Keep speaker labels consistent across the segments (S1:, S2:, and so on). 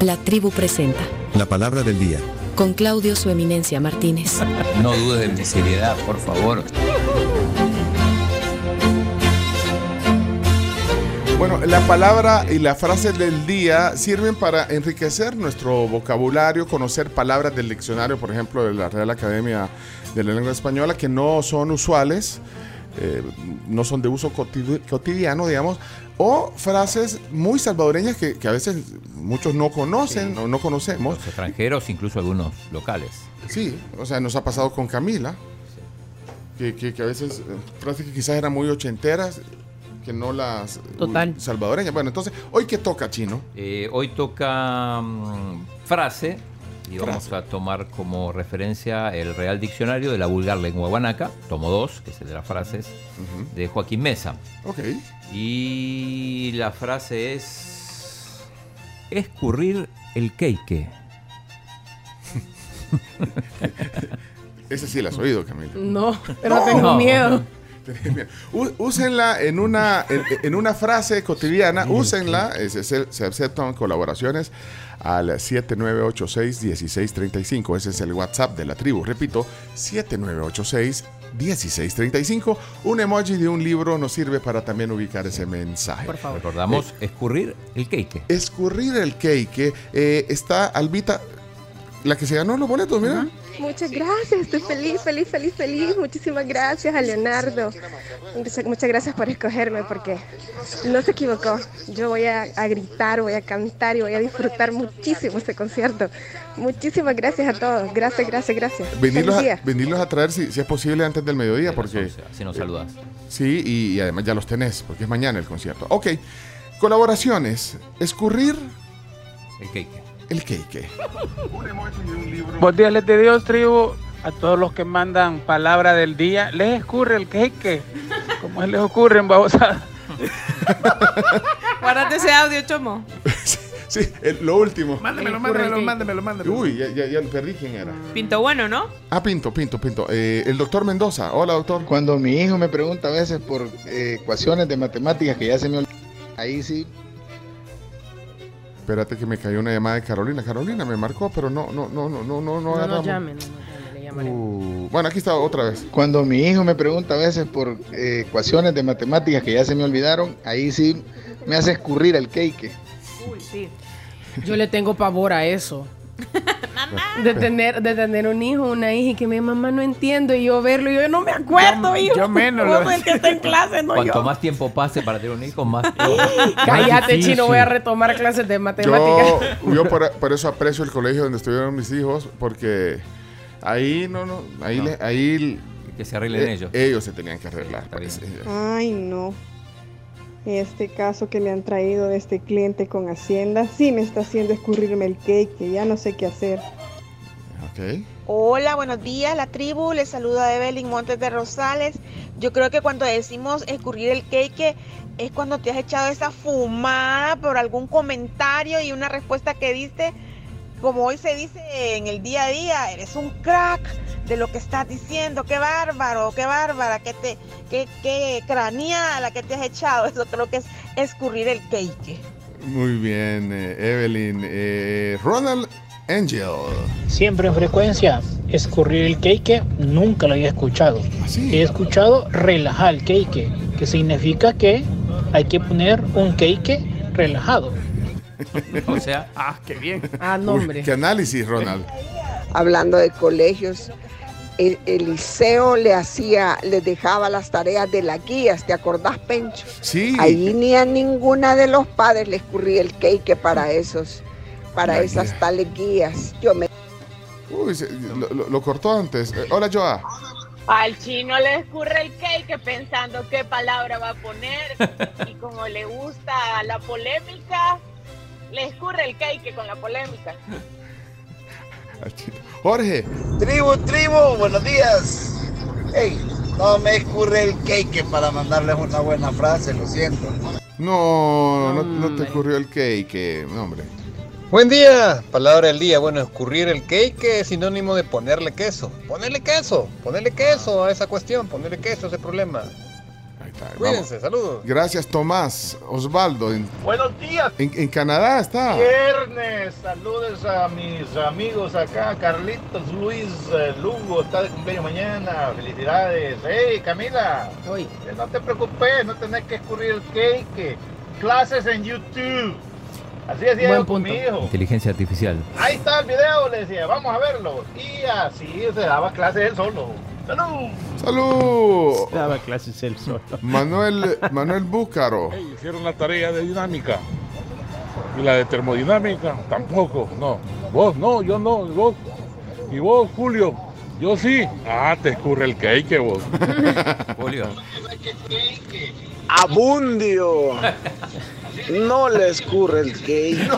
S1: La tribu presenta.
S2: La palabra del día.
S1: Con Claudio Su Eminencia Martínez.
S3: No dudes de mi seriedad, por favor.
S4: Bueno, la palabra y la frase del día sirven para enriquecer nuestro vocabulario, conocer palabras del diccionario, por ejemplo, de la Real Academia de la Lengua Española, que no son usuales, eh, no son de uso cotid- cotidiano, digamos, o frases muy salvadoreñas que, que a veces muchos no conocen o no conocemos.
S3: Los extranjeros, incluso algunos locales.
S4: Sí, o sea, nos ha pasado con Camila, que, que- que a veces eh, frases que quizás eran muy ochenteras, que no las eh,
S5: Total.
S4: salvadoreñas. Bueno, entonces, ¿hoy qué toca, Chino?
S3: Eh, hoy toca mm, frase y vamos
S4: Frase.
S3: a tomar como referencia el Real Diccionario de la Vulgar Lengua Guanaca, tomo 2, que es el de las frases, de Joaquín Mesa.
S4: Ok.
S3: Y la frase es escurrir el cake.
S4: Ese sí la has oído, Camila.
S5: No, pero tengo
S3: No.
S5: miedo.
S4: Tenés miedo. Ú- Úsenla en una, en, en una frase cotidiana, úsenla, eh, se, se- se aceptan colaboraciones al 7986-1635, ese es el WhatsApp de la tribu, repito, 7986-1635, un emoji de un libro nos sirve para también ubicar ese mensaje.
S5: Por favor. Eh.
S3: Recordamos, escurrir el cake.
S4: Escurrir el cake, eh, está Albita, la que se ganó los boletos, mira.
S6: Muchas gracias, estoy feliz, feliz, feliz, feliz. Muchísimas gracias a Leonardo. Muchas muchas gracias por escogerme porque no se equivocó. Yo voy a, a gritar, voy a cantar y voy a disfrutar muchísimo este concierto. Muchísimas gracias a todos. Gracias, gracias, gracias.
S4: Venirlos
S6: Feliz
S4: a,
S6: día.
S4: venirlos a traer si, si es posible antes del mediodía, porque...
S3: Así nos saludas.
S4: Sí, y, y además ya los tenés, porque es mañana el concierto. Ok, colaboraciones. Escurrir
S3: El cake.
S4: el cake.
S7: Buenos días, les de Dios, tribu. A todos los que mandan palabra del día, les escurre el cake. Como les ocurre en babosada.
S5: Guardate ese audio, chomo.
S4: Sí, el- lo último.
S8: Mándemelo, mándemelo, mándemelo, mándemelo.
S4: Uy, ya, ya, ya lo perdí quién era.
S5: Pinto bueno, ¿no?
S4: Ah, Pinto, Pinto, Pinto. Eh, el doctor Mendoza. Hola, doctor.
S9: Cuando mi hijo me pregunta a veces por eh, ecuaciones de matemáticas que ya se me olvidan, ahí sí,
S4: Espérate que me cayó una llamada de Carolina. Carolina me marcó, pero no, no, no, no, no, no,
S5: No
S4: no.
S5: nos
S4: agarramos.
S5: llamen, no nos llamen, le llamaremos.
S4: Uh, bueno, aquí está otra vez.
S9: cuando mi hijo me pregunta a veces por eh, ecuaciones de matemáticas que ya se me olvidaron, ahí sí me hace escurrir el cake.
S5: Uy, sí.
S8: Yo le tengo pavor a eso.
S5: De tener, de tener un hijo, una hija y que mi mamá no entiendo y yo verlo y yo no me acuerdo, hijo.
S8: yo menos
S5: Vos
S8: lo-
S5: sos el que está en clase, no
S3: Cuanto
S5: yo.
S3: más tiempo pase para tener un hijo, más.
S8: Cállate,
S3: difícil.
S8: chino, voy a retomar clases de matemáticas.
S4: Yo, yo por, por eso aprecio el colegio donde estuvieron mis hijos, porque ahí no, no, ahí,
S3: No.
S4: le- ahí
S3: Que se arreglen
S4: eh,
S3: ellos.
S4: ellos se tenían que arreglar. pues. Eh,
S3: Está bien.
S4: parece.
S6: Ay, no. Este caso que le han traído de este cliente con Hacienda sí me está haciendo escurrirme el cake, que ya no sé qué hacer.
S4: Ok.
S10: Hola, buenos días, la tribu. Les saluda Evelyn Montes de Rosales. Yo creo que cuando decimos escurrir el cake es cuando te has echado esa fumada por algún comentario y una respuesta que diste. Como hoy se dice en el día a día, eres un crack de lo que estás diciendo. Qué bárbaro, qué bárbara, qué, te, qué, qué craneada la que te has echado. Eso creo que es escurrir el cake.
S4: Muy bien, eh, Evelyn. Eh, Ronald Angel.
S11: Siempre en frecuencia, escurrir el cake nunca lo había escuchado.
S4: Así.
S11: He escuchado relajar el cake, que significa que hay que poner un cake relajado.
S3: O sea,
S8: Ah, qué bien. Ah, no, hombre.
S4: ¿Qué análisis, Ronald?
S10: hablando de colegios, el, el liceo le hacía, les dejaba las tareas de las guías, ¿te acordás, Pencho?
S4: Sí.
S10: Ahí ni a ninguna de los padres les escurría el cake para esos, para
S4: La
S10: esas
S4: guía.
S10: tales guías. Yo me
S4: Uy, se- lo, lo- lo cortó antes. Eh, hola, Joa.
S10: al chino le escurre el cake pensando qué palabra va a poner y como le gusta la polémica, le escurre el cake con la polémica.
S4: Jorge.
S9: Tribu, tribu, buenos días. Hey, no me escurre el cake para mandarles una buena frase, lo siento.
S4: No, no, no te
S5: Hombre.
S4: ocurrió el cake. eh, No, hombre.
S9: Buen día, palabra del día. Bueno, escurrir el cake es sinónimo de ponerle queso. Ponerle queso, ponerle queso a esa cuestión, ponerle queso a ese problema.
S4: Ahí Ay, vamos.
S2: Cuídense, saludos.
S4: Gracias, Tomás. Osvaldo, en,
S2: Buenos días.
S4: en- en Canadá está.
S2: Viernes, saludos a mis amigos acá, Carlitos, Luis, eh, Lugo, está de cumpleaños mañana, felicidades. Hey, Camila, eh, no te preocupes, no tenés que escurrir el cake, clases en YouTube. Así decía
S3: Buen
S2: yo con mi hijo.
S3: Inteligencia artificial.
S2: Ahí está el video, le decía, vamos a verlo. Y así se daba clases él solo. ¡Salud!
S4: Salud.
S12: Daba clases él solo.
S4: Manuel, Manuel Búcaro.
S13: Hicieron la tarea de dinámica. Y la de termodinámica, tampoco, no. Vos no, yo no, y vos. Y vos, Julio, yo sí. Ah, te escurre el cake vos.
S3: Julio.
S9: Abundio. No le escurre el cake.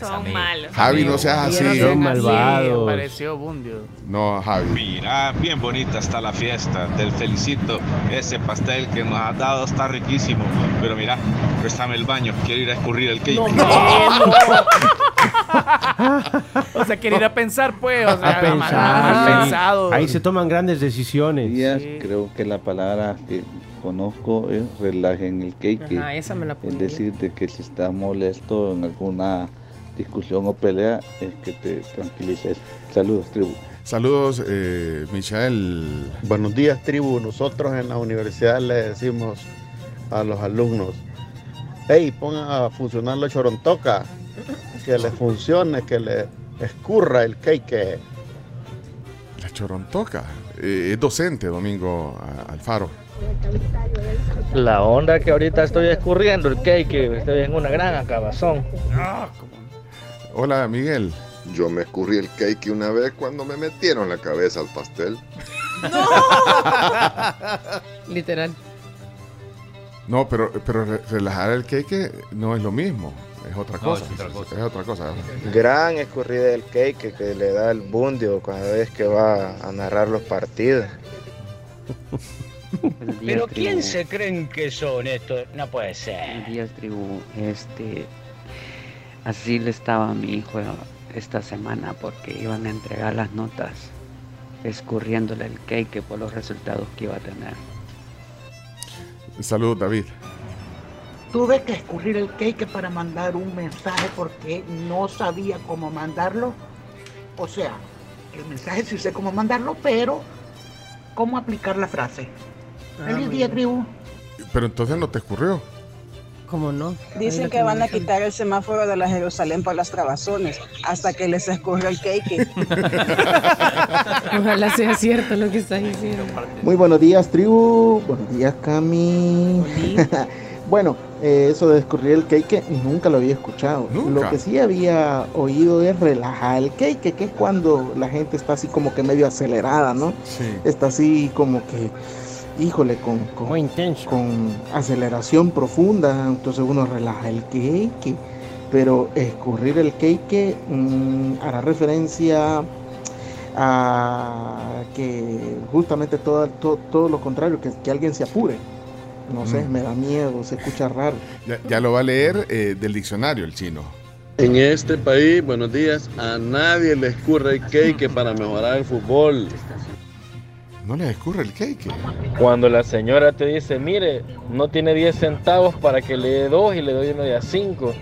S14: Son malos.
S4: Javi, no seas así.
S14: Son
S4: malvados.
S15: Pareció Bundio.
S4: No, Javi.
S16: Mira, bien bonita está la fiesta, te felicito, ese pastel que nos has dado está riquísimo, pero mira, préstame el baño, quiero ir a escurrir el cake.
S15: o sea, quiere ir a pensar, pues. O sea,
S12: A pensar.
S15: mal pensado.
S12: Ahí se toman grandes decisiones.
S17: Creo que la palabra que conozco es relajen el cake.
S8: Ajá, esa me la
S17: Es
S8: ponía.
S17: decir, de que si estás molesto en alguna discusión o pelea, es que te tranquilices. Saludos, tribu.
S4: Saludos, eh, Michael.
S18: Buenos días, tribu. Nosotros en la universidad le decimos a los alumnos, hey, pongan a funcionar la chorontoca, que les funcione, que les escurra el cake.
S4: La chorontoca. Eh, es docente, Domingo a- Alfaro.
S19: La onda que ahorita estoy escurriendo el cake, estoy en una gran acabazón.
S4: Hola, Miguel.
S20: Yo me escurrí el cake una vez cuando me metieron la cabeza al pastel.
S8: Literal.
S4: No, pero, pero re- relajar el cake no es lo mismo. Es otra
S3: No,
S4: cosa.
S3: es otra cosa.
S4: Es otra cosa.
S9: Gran escurrida del cake que le da el bundio cada vez que va a narrar los partidos.
S21: Pero ¿quién se creen que son estos? No puede ser.
S22: Días, tribu. Este, así le estaba a mi hijo esta semana porque iban a entregar las notas, escurriéndole el cake por los resultados que iba a tener.
S4: Saludos, David.
S23: Tuve que escurrir el cake para mandar un mensaje porque no sabía cómo mandarlo. O sea, el mensaje sí sé cómo mandarlo, pero cómo aplicar la frase. Feliz día, tribu.
S4: Pero entonces no te escurrió.
S5: ¿Cómo no?
S24: Dicen que van a quitar el semáforo de la Jerusalén por las trabazones hasta que les escurra el cake.
S5: Ojalá sea cierto lo que estás diciendo.
S25: Muy buenos días, tribu. Buenos días, Cami. bueno, eh, eso de escurrir el cake nunca lo había escuchado. Lo que sí había oído es relajar el cake, que es cuando la gente está así como que medio acelerada, ¿no? Está así como que, híjole, con, con, con aceleración profunda. Entonces uno relaja el cake. Pero escurrir el cake mm, hará referencia a que justamente todo, todo, todo lo contrario, que, que alguien se apure. No sé,
S4: Mm.
S25: me da miedo, se escucha raro.
S4: Ya, ya lo va a leer eh, del diccionario el chino.
S26: En este país, buenos días, a nadie le escurre el cake para mejorar el fútbol.
S4: No le escurre el cake.
S19: Cuando la señora te dice, mire, no tiene 10 centavos para que le dé dos y le doy uno de a 5.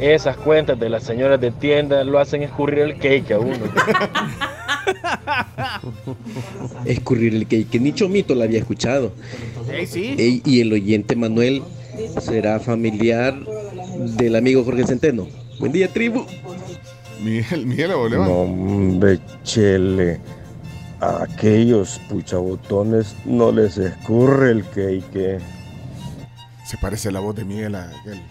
S19: Esas cuentas de las señoras de tienda lo hacen escurrir el cake a uno.
S27: Escurrir el cake, que ni Chomito la había escuchado. Ey, y el oyente Manuel será familiar del amigo Jorge Centeno. Buen día, tribu.
S4: Miguel, Miguel
S28: No,
S4: Aboleón.
S28: hombre, chele. A aquellos puchabotones no les escurre el cake.
S4: Se parece la voz de Miguel a aquel.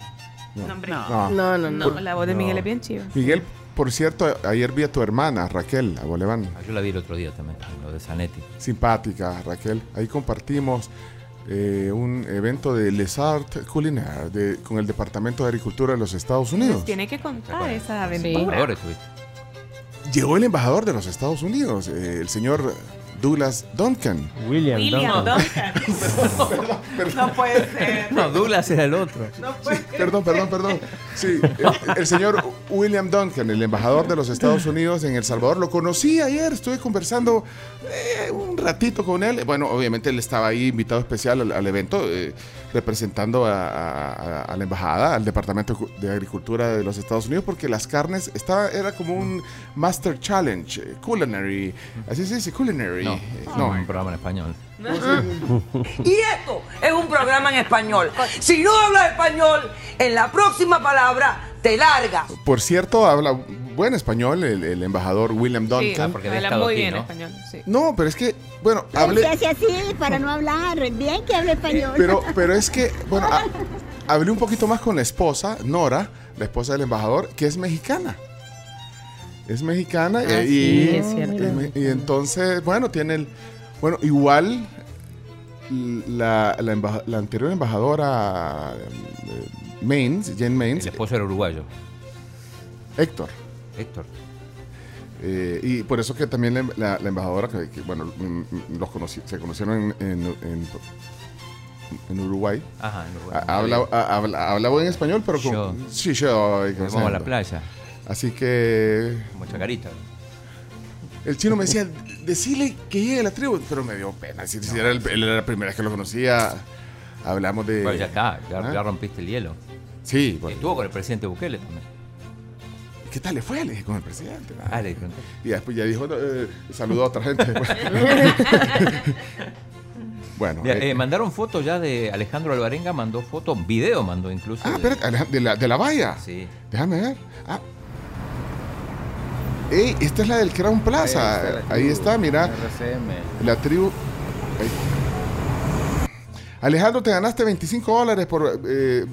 S4: No,
S14: No, no, no, no. La voz de Miguel es bien chiva.
S4: Miguel, por cierto, ayer vi a tu hermana, Raquel Aboleván.
S3: ah, Yo la vi el otro día también, lo de Zanetti.
S4: Simpática, Raquel. Ahí compartimos eh, un evento de Les Arts Culinaire de- con el Departamento de Agricultura de los Estados Unidos.
S14: Nos tiene que contar esa
S3: Embajador
S14: aventura.
S3: estuviste.
S4: Llegó el embajador de los Estados Unidos, eh, el señor Douglas Duncan.
S12: William,
S14: William Duncan. No puede ser.
S3: No, Douglas era el otro.
S4: Perdón, perdón, perdón. Sí, el, el señor William Duncan, el embajador de los Estados Unidos en El Salvador, lo conocí ayer, estuve conversando eh, un ratito con él. Bueno, obviamente él estaba ahí invitado especial al, al evento, eh, representando a, a- a la embajada, al Departamento de Agricultura de los Estados Unidos, porque las carnes, estaba, era como un Master Challenge, eh, Culinary, así se dice, Culinary. Eh, No,
S3: un programa en español.
S1: Y esto es un programa en español. Si no hablas español, en la próxima palabra te largas.
S4: Por cierto, habla buen español el, el embajador William Duncan.
S3: Ah,
S14: español. Sí.
S4: No, pero es que, bueno,
S2: Él se
S4: hablé,
S2: hace así para no hablar, bien que hable español.
S4: pero, pero es que, bueno, ha- hablé un poquito más con la esposa, Nora, la esposa del embajador, que es mexicana. Es mexicana eh, y,
S8: sí, es cierto.
S4: y me- y entonces, bueno, tiene el, bueno, igual la, la embaja- la anterior embajadora eh, Maines, Jane Maines. El
S3: esposo era uruguayo.
S4: Héctor.
S3: Héctor.
S4: Eh, y por eso que también la, la- la embajadora, que, que, bueno, mm, mm, los conocí- se conocieron en, en- en- en Uruguay.
S3: Ajá, en Uruguay. Eh,
S4: Ha- Ah, Habla, ha- habla, habla buen español, pero con.
S3: Yo.
S4: Sí, yo. ay,
S3: Nos
S4: con
S3: vamos a la
S4: acento.
S3: playa.
S4: Así que.
S3: Como chacarita.
S4: El chino me decía, decirle que llegue a la tribu, pero me dio pena. decir si era, el- él era la primera vez que lo conocía. Hablamos de.
S3: Bueno, ya está, ya,
S4: ¿Ah?
S3: ya rompiste el hielo.
S4: Sí,
S3: Estuvo con el presidente Bukele también.
S4: ¿Qué tal le fue? Le dije con el presidente. ¿no?
S3: Ah, le dijeron.
S4: Y después ya dijo, no, eh, saludó a otra gente. pues. bueno.
S3: Mira,
S4: eh,
S3: eh, mandaron fotos ya de Alejandro Alvarenga, mandó fotos, video mandó incluso.
S4: Ah, espérate, Alej- de la, de la valla.
S3: Sí.
S4: Déjame ver. Ah. Ey, esta es la del Crown Plaza. Ahí está, mira. La tribu. Ahí. Alejandro, te ganaste 25 dólares por, eh,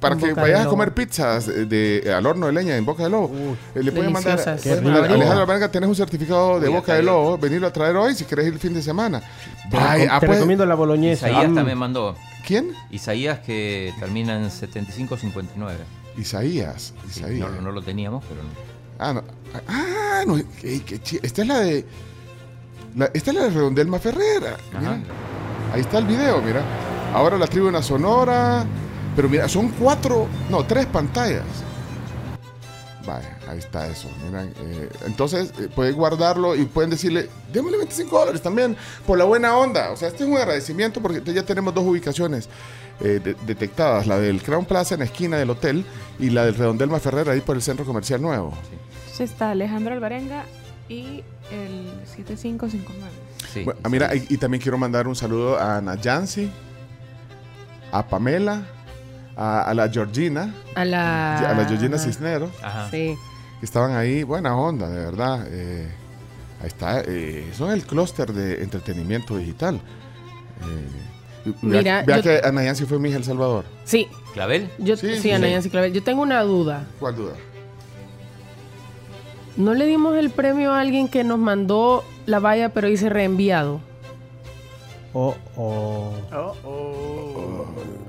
S4: para
S18: En
S4: que
S18: Boca
S4: vayas
S18: del
S4: a
S18: Lobo.
S4: comer pizzas eh, de, al horno de leña en Boca de Lobo. Eh, le pueden mandar.
S18: deliciosas.
S4: eh,
S18: Qué rico.
S4: Alejandro Verga, tenés un certificado de
S18: Voy a
S4: Boca de
S18: traer.
S4: Lobo. Venirlo a traer hoy si querés ir el fin de semana.
S12: Te,
S4: Vaya,
S12: recom-
S4: ah,
S12: te
S4: pues,
S12: recomiendo la boloñesa.
S4: Ah,
S3: Isaías
S12: Mm.
S3: también mandó.
S4: ¿Quién?
S3: Isaías que termina en 75-59.
S4: Isaías. Isaías.
S3: No, no lo teníamos, pero no.
S4: Ah, no. Ah, no. Ey, qué chi- Esta es la de. la- esta es la de Redondelma Ferrera. Mira. Ahí está el video, mira. Ahora la tribuna sonora. Pero mira, son cuatro. No, tres pantallas. Vaya, ahí está eso. miran, eh, entonces, eh, pueden guardarlo y pueden decirle, démosle 25 dólares también por la buena onda. O sea, este es un agradecimiento porque ya tenemos dos ubicaciones eh, de- detectadas. La del Crown Plaza en la esquina del hotel y la del Redondelma Ferrera ahí por el Centro Comercial Nuevo.
S14: Entonces está Alejandro Alvarenga y el 7559.
S4: Bueno, ah, mira, y, y también quiero mandar un saludo a Ana Yancy, a Pamela, a, a la Georgina,
S8: A la...
S4: a la Georgina Cisneros,
S8: Sí.
S4: que estaban ahí, buena onda, de verdad. eh, ahí está, eh, son el clúster de entretenimiento digital. Eh, y- vea-
S8: Mira,
S4: vea
S8: yo-
S4: que Ana Yancy fue mi hija El Salvador.
S8: Sí.
S3: ¿Clavel?
S8: Yo, sí, Ana Yancy Clavel. Yo tengo una duda.
S4: ¿Cuál duda?
S8: ¿No le dimos el premio a alguien que nos mandó la valla pero hice reenviado?
S12: Oh, oh.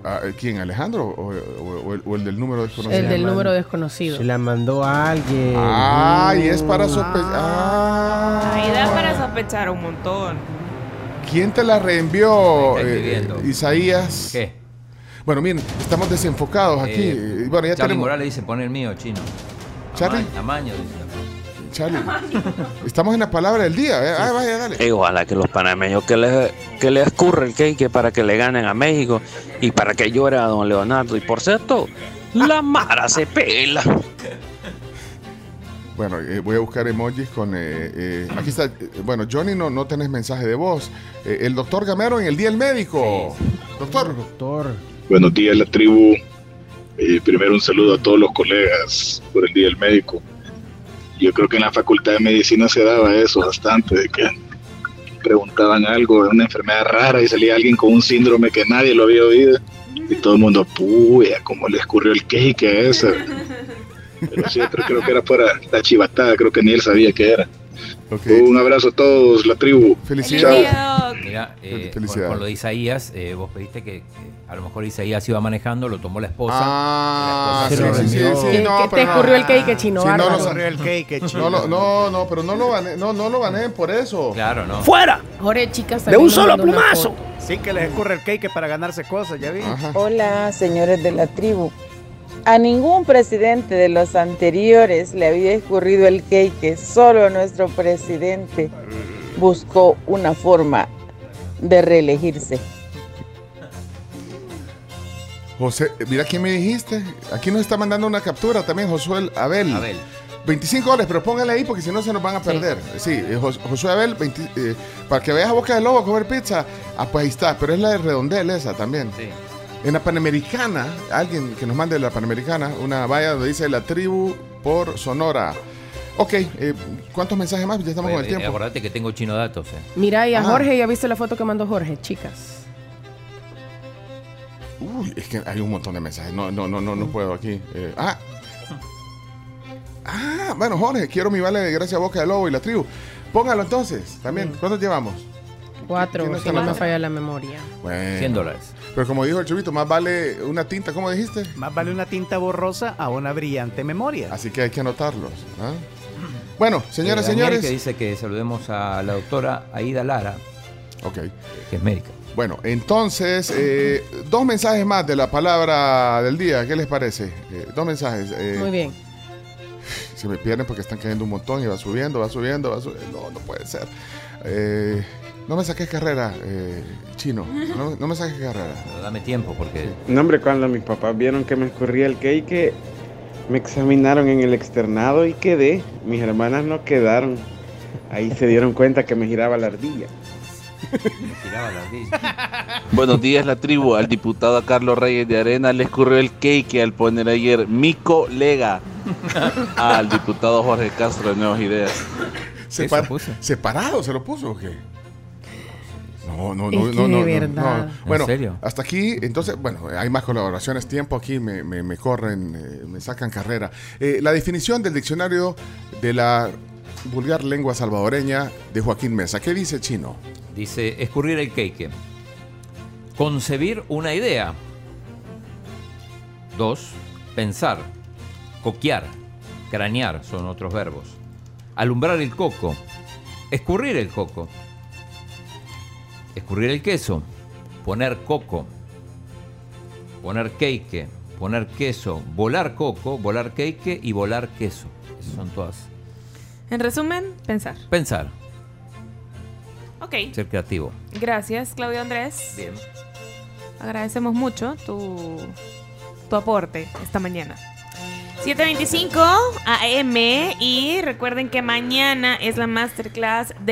S4: Ah, eh, ¿Quién? ¿Alejandro? ¿O, o- o el, o el del número desconocido?
S8: El del número desconocido.
S12: Se la mandó a alguien.
S4: Ay, es para sospechar.
S14: Ahí da para sospechar un montón.
S4: ¿Quién te la reenvió,
S3: Me está
S4: eh,
S3: escribiendo.
S4: Isaías?
S3: ¿Qué?
S4: Bueno, miren, estamos desenfocados aquí.
S3: Eh,
S4: Eh, bueno, ya
S3: Charlie
S4: tenemos.
S3: Morales dice, pon el mío, chino.
S4: Charlie.
S3: Ama- Amaño, dice.
S4: Charlie. Estamos en la palabra del día. eh. Ah, vaya, dale.
S6: Y ojalá que los panameños que les, que les escurra el cake para que le ganen a México y para que llore a don Leonardo. Y por cierto, la Mara se pela.
S4: Bueno, eh, voy a buscar emojis con. eh, eh, aquí está. eh, Bueno, Johnny, no, no tenés mensaje de voz. Eh, el doctor Gamero en el Día del Médico. Doctor.
S12: Doctor.
S2: Buenos días, la tribu. Eh, primero un saludo a todos los colegas por el Día del Médico. Yo creo que en la Facultad de Medicina se daba eso bastante, de que preguntaban algo de una enfermedad rara y salía alguien con un síndrome que nadie lo había oído y todo el mundo, puya, cómo le escurrió el cake a esa. Pero siempre creo que era para la chivatada, creo que ni él sabía que era. Un abrazo a todos, la tribu.
S4: Felicidades.
S2: Chao.
S3: Mira, eh, con,
S4: Felicidades.
S3: con lo de Isaías, eh, vos pediste que, que a lo mejor Isaías iba manejando, lo tomó la esposa.
S4: Ah,
S3: y la esposa
S4: sí,
S3: se
S4: sí,
S3: lo
S4: sí,
S3: vendió.
S4: sí, no,
S29: que te
S4: pero
S29: escurrió
S4: no.
S29: el cake chino,
S4: Sí, no,
S29: bárbaro.
S4: lo- No, lo- no, no, pero no lo baneen, no, no lo baneen por eso.
S3: Claro, no.
S29: ¡Fuera! Jorge, chicas,
S27: De un solo plumazo. Sí, que les escurre el cake para ganarse cosas, ya vi.
S25: Hola, Ah, señores de la tribu. A ningún presidente de los anteriores le había escurrido el cake, solo nuestro presidente buscó una forma de reelegirse.
S4: José, mira quién me dijiste. Aquí nos está mandando una captura también, Josué Abel. Abel. 25 dólares, pero póngale ahí porque si no se nos van a perder. Sí, eh, Jos- Josué Abel, 20, eh, para que veas a Boca de Lobo a comer pizza. Ah, pues ahí está, pero es la de Redondel esa también.
S3: Sí.
S4: En la Panamericana, alguien que nos mande la Panamericana, una valla donde dice la tribu por Sonora. Ok, eh, ¿cuántos mensajes más? Ya estamos
S3: Oye,
S4: con el
S3: eh,
S4: tiempo.
S3: Acordate que tengo chino datos. eh.
S8: Mira, y a
S4: Ajá.
S8: Jorge, ya viste la foto que mandó Jorge, chicas.
S4: Uy, es que hay un montón de mensajes. No, no, no, no, no puedo aquí. Eh, ah. Ah, bueno, Jorge, quiero mi vale de gracia Boca de Lobo y la tribu. Póngalo entonces,
S3: Mm.
S4: también. ¿Cuántos llevamos?
S8: Cuatro,
S4: ¿Quién
S8: si
S4: está
S8: no me
S4: mandando?
S8: falla la memoria.
S4: Bueno.
S3: 100 dólares.
S4: Pero como dijo el chubito, más vale una tinta, ¿cómo dijiste?
S27: Más vale una tinta borrosa a una brillante memoria.
S4: Así que hay que anotarlos. ¿ah? Bueno, señoras,
S3: Eh, Daniel,
S4: señores.
S3: Que dice que saludemos a la doctora Aida Lara.
S4: Ok.
S3: Que es médica.
S4: Bueno, entonces, eh, dos mensajes más de la palabra del día. ¿Qué les parece? Eh, dos mensajes. eh,
S8: Muy bien.
S4: se me pierden porque están cayendo un montón y va subiendo, va subiendo, va subiendo. No, no puede ser. Eh, no me saques carrera, eh, chino. No, no me saques carrera.
S3: Pero dame tiempo porque.
S30: No, hombre, cuando mis papás vieron que me escurría el cake, me examinaron en el externado y quedé. Mis hermanas no quedaron. Ahí se dieron cuenta que me giraba la ardilla.
S2: Buenos días, la tribu. Al diputado Carlos Reyes de Arena le escurrió el cake al poner ayer mi colega al diputado Jorge Castro de Nuevas Ideas.
S4: Separ- ¿Separado se lo puso o qué? No, no, no,
S30: Es
S4: no,
S30: que
S4: no,
S30: de
S4: no,
S30: verdad.
S4: no.
S30: ¿En
S4: Bueno,
S30: serio?
S4: hasta aquí, entonces, bueno, hay más colaboraciones, tiempo aquí, me, me- me corren, eh, me sacan carrera. Eh, la definición del diccionario de la vulgar lengua salvadoreña de Joaquín Mesa. ¿Qué dice chino?
S3: Dice, escurrir el cake. Concebir una idea. Dos, pensar. Coquear. Cranear son otros verbos. Alumbrar el coco. Escurrir el coco. Escurrir el queso. Poner coco. Poner cake. Poner queso. Volar coco. Volar cake y volar queso. Esas son todas.
S6: En resumen, pensar.
S3: Pensar.
S6: Ok.
S3: Ser creativo.
S6: Gracias, Claudio Andrés.
S3: Bien.
S6: Agradecemos mucho tu, tu aporte esta mañana. 7.25 AM y recuerden que mañana es la masterclass de...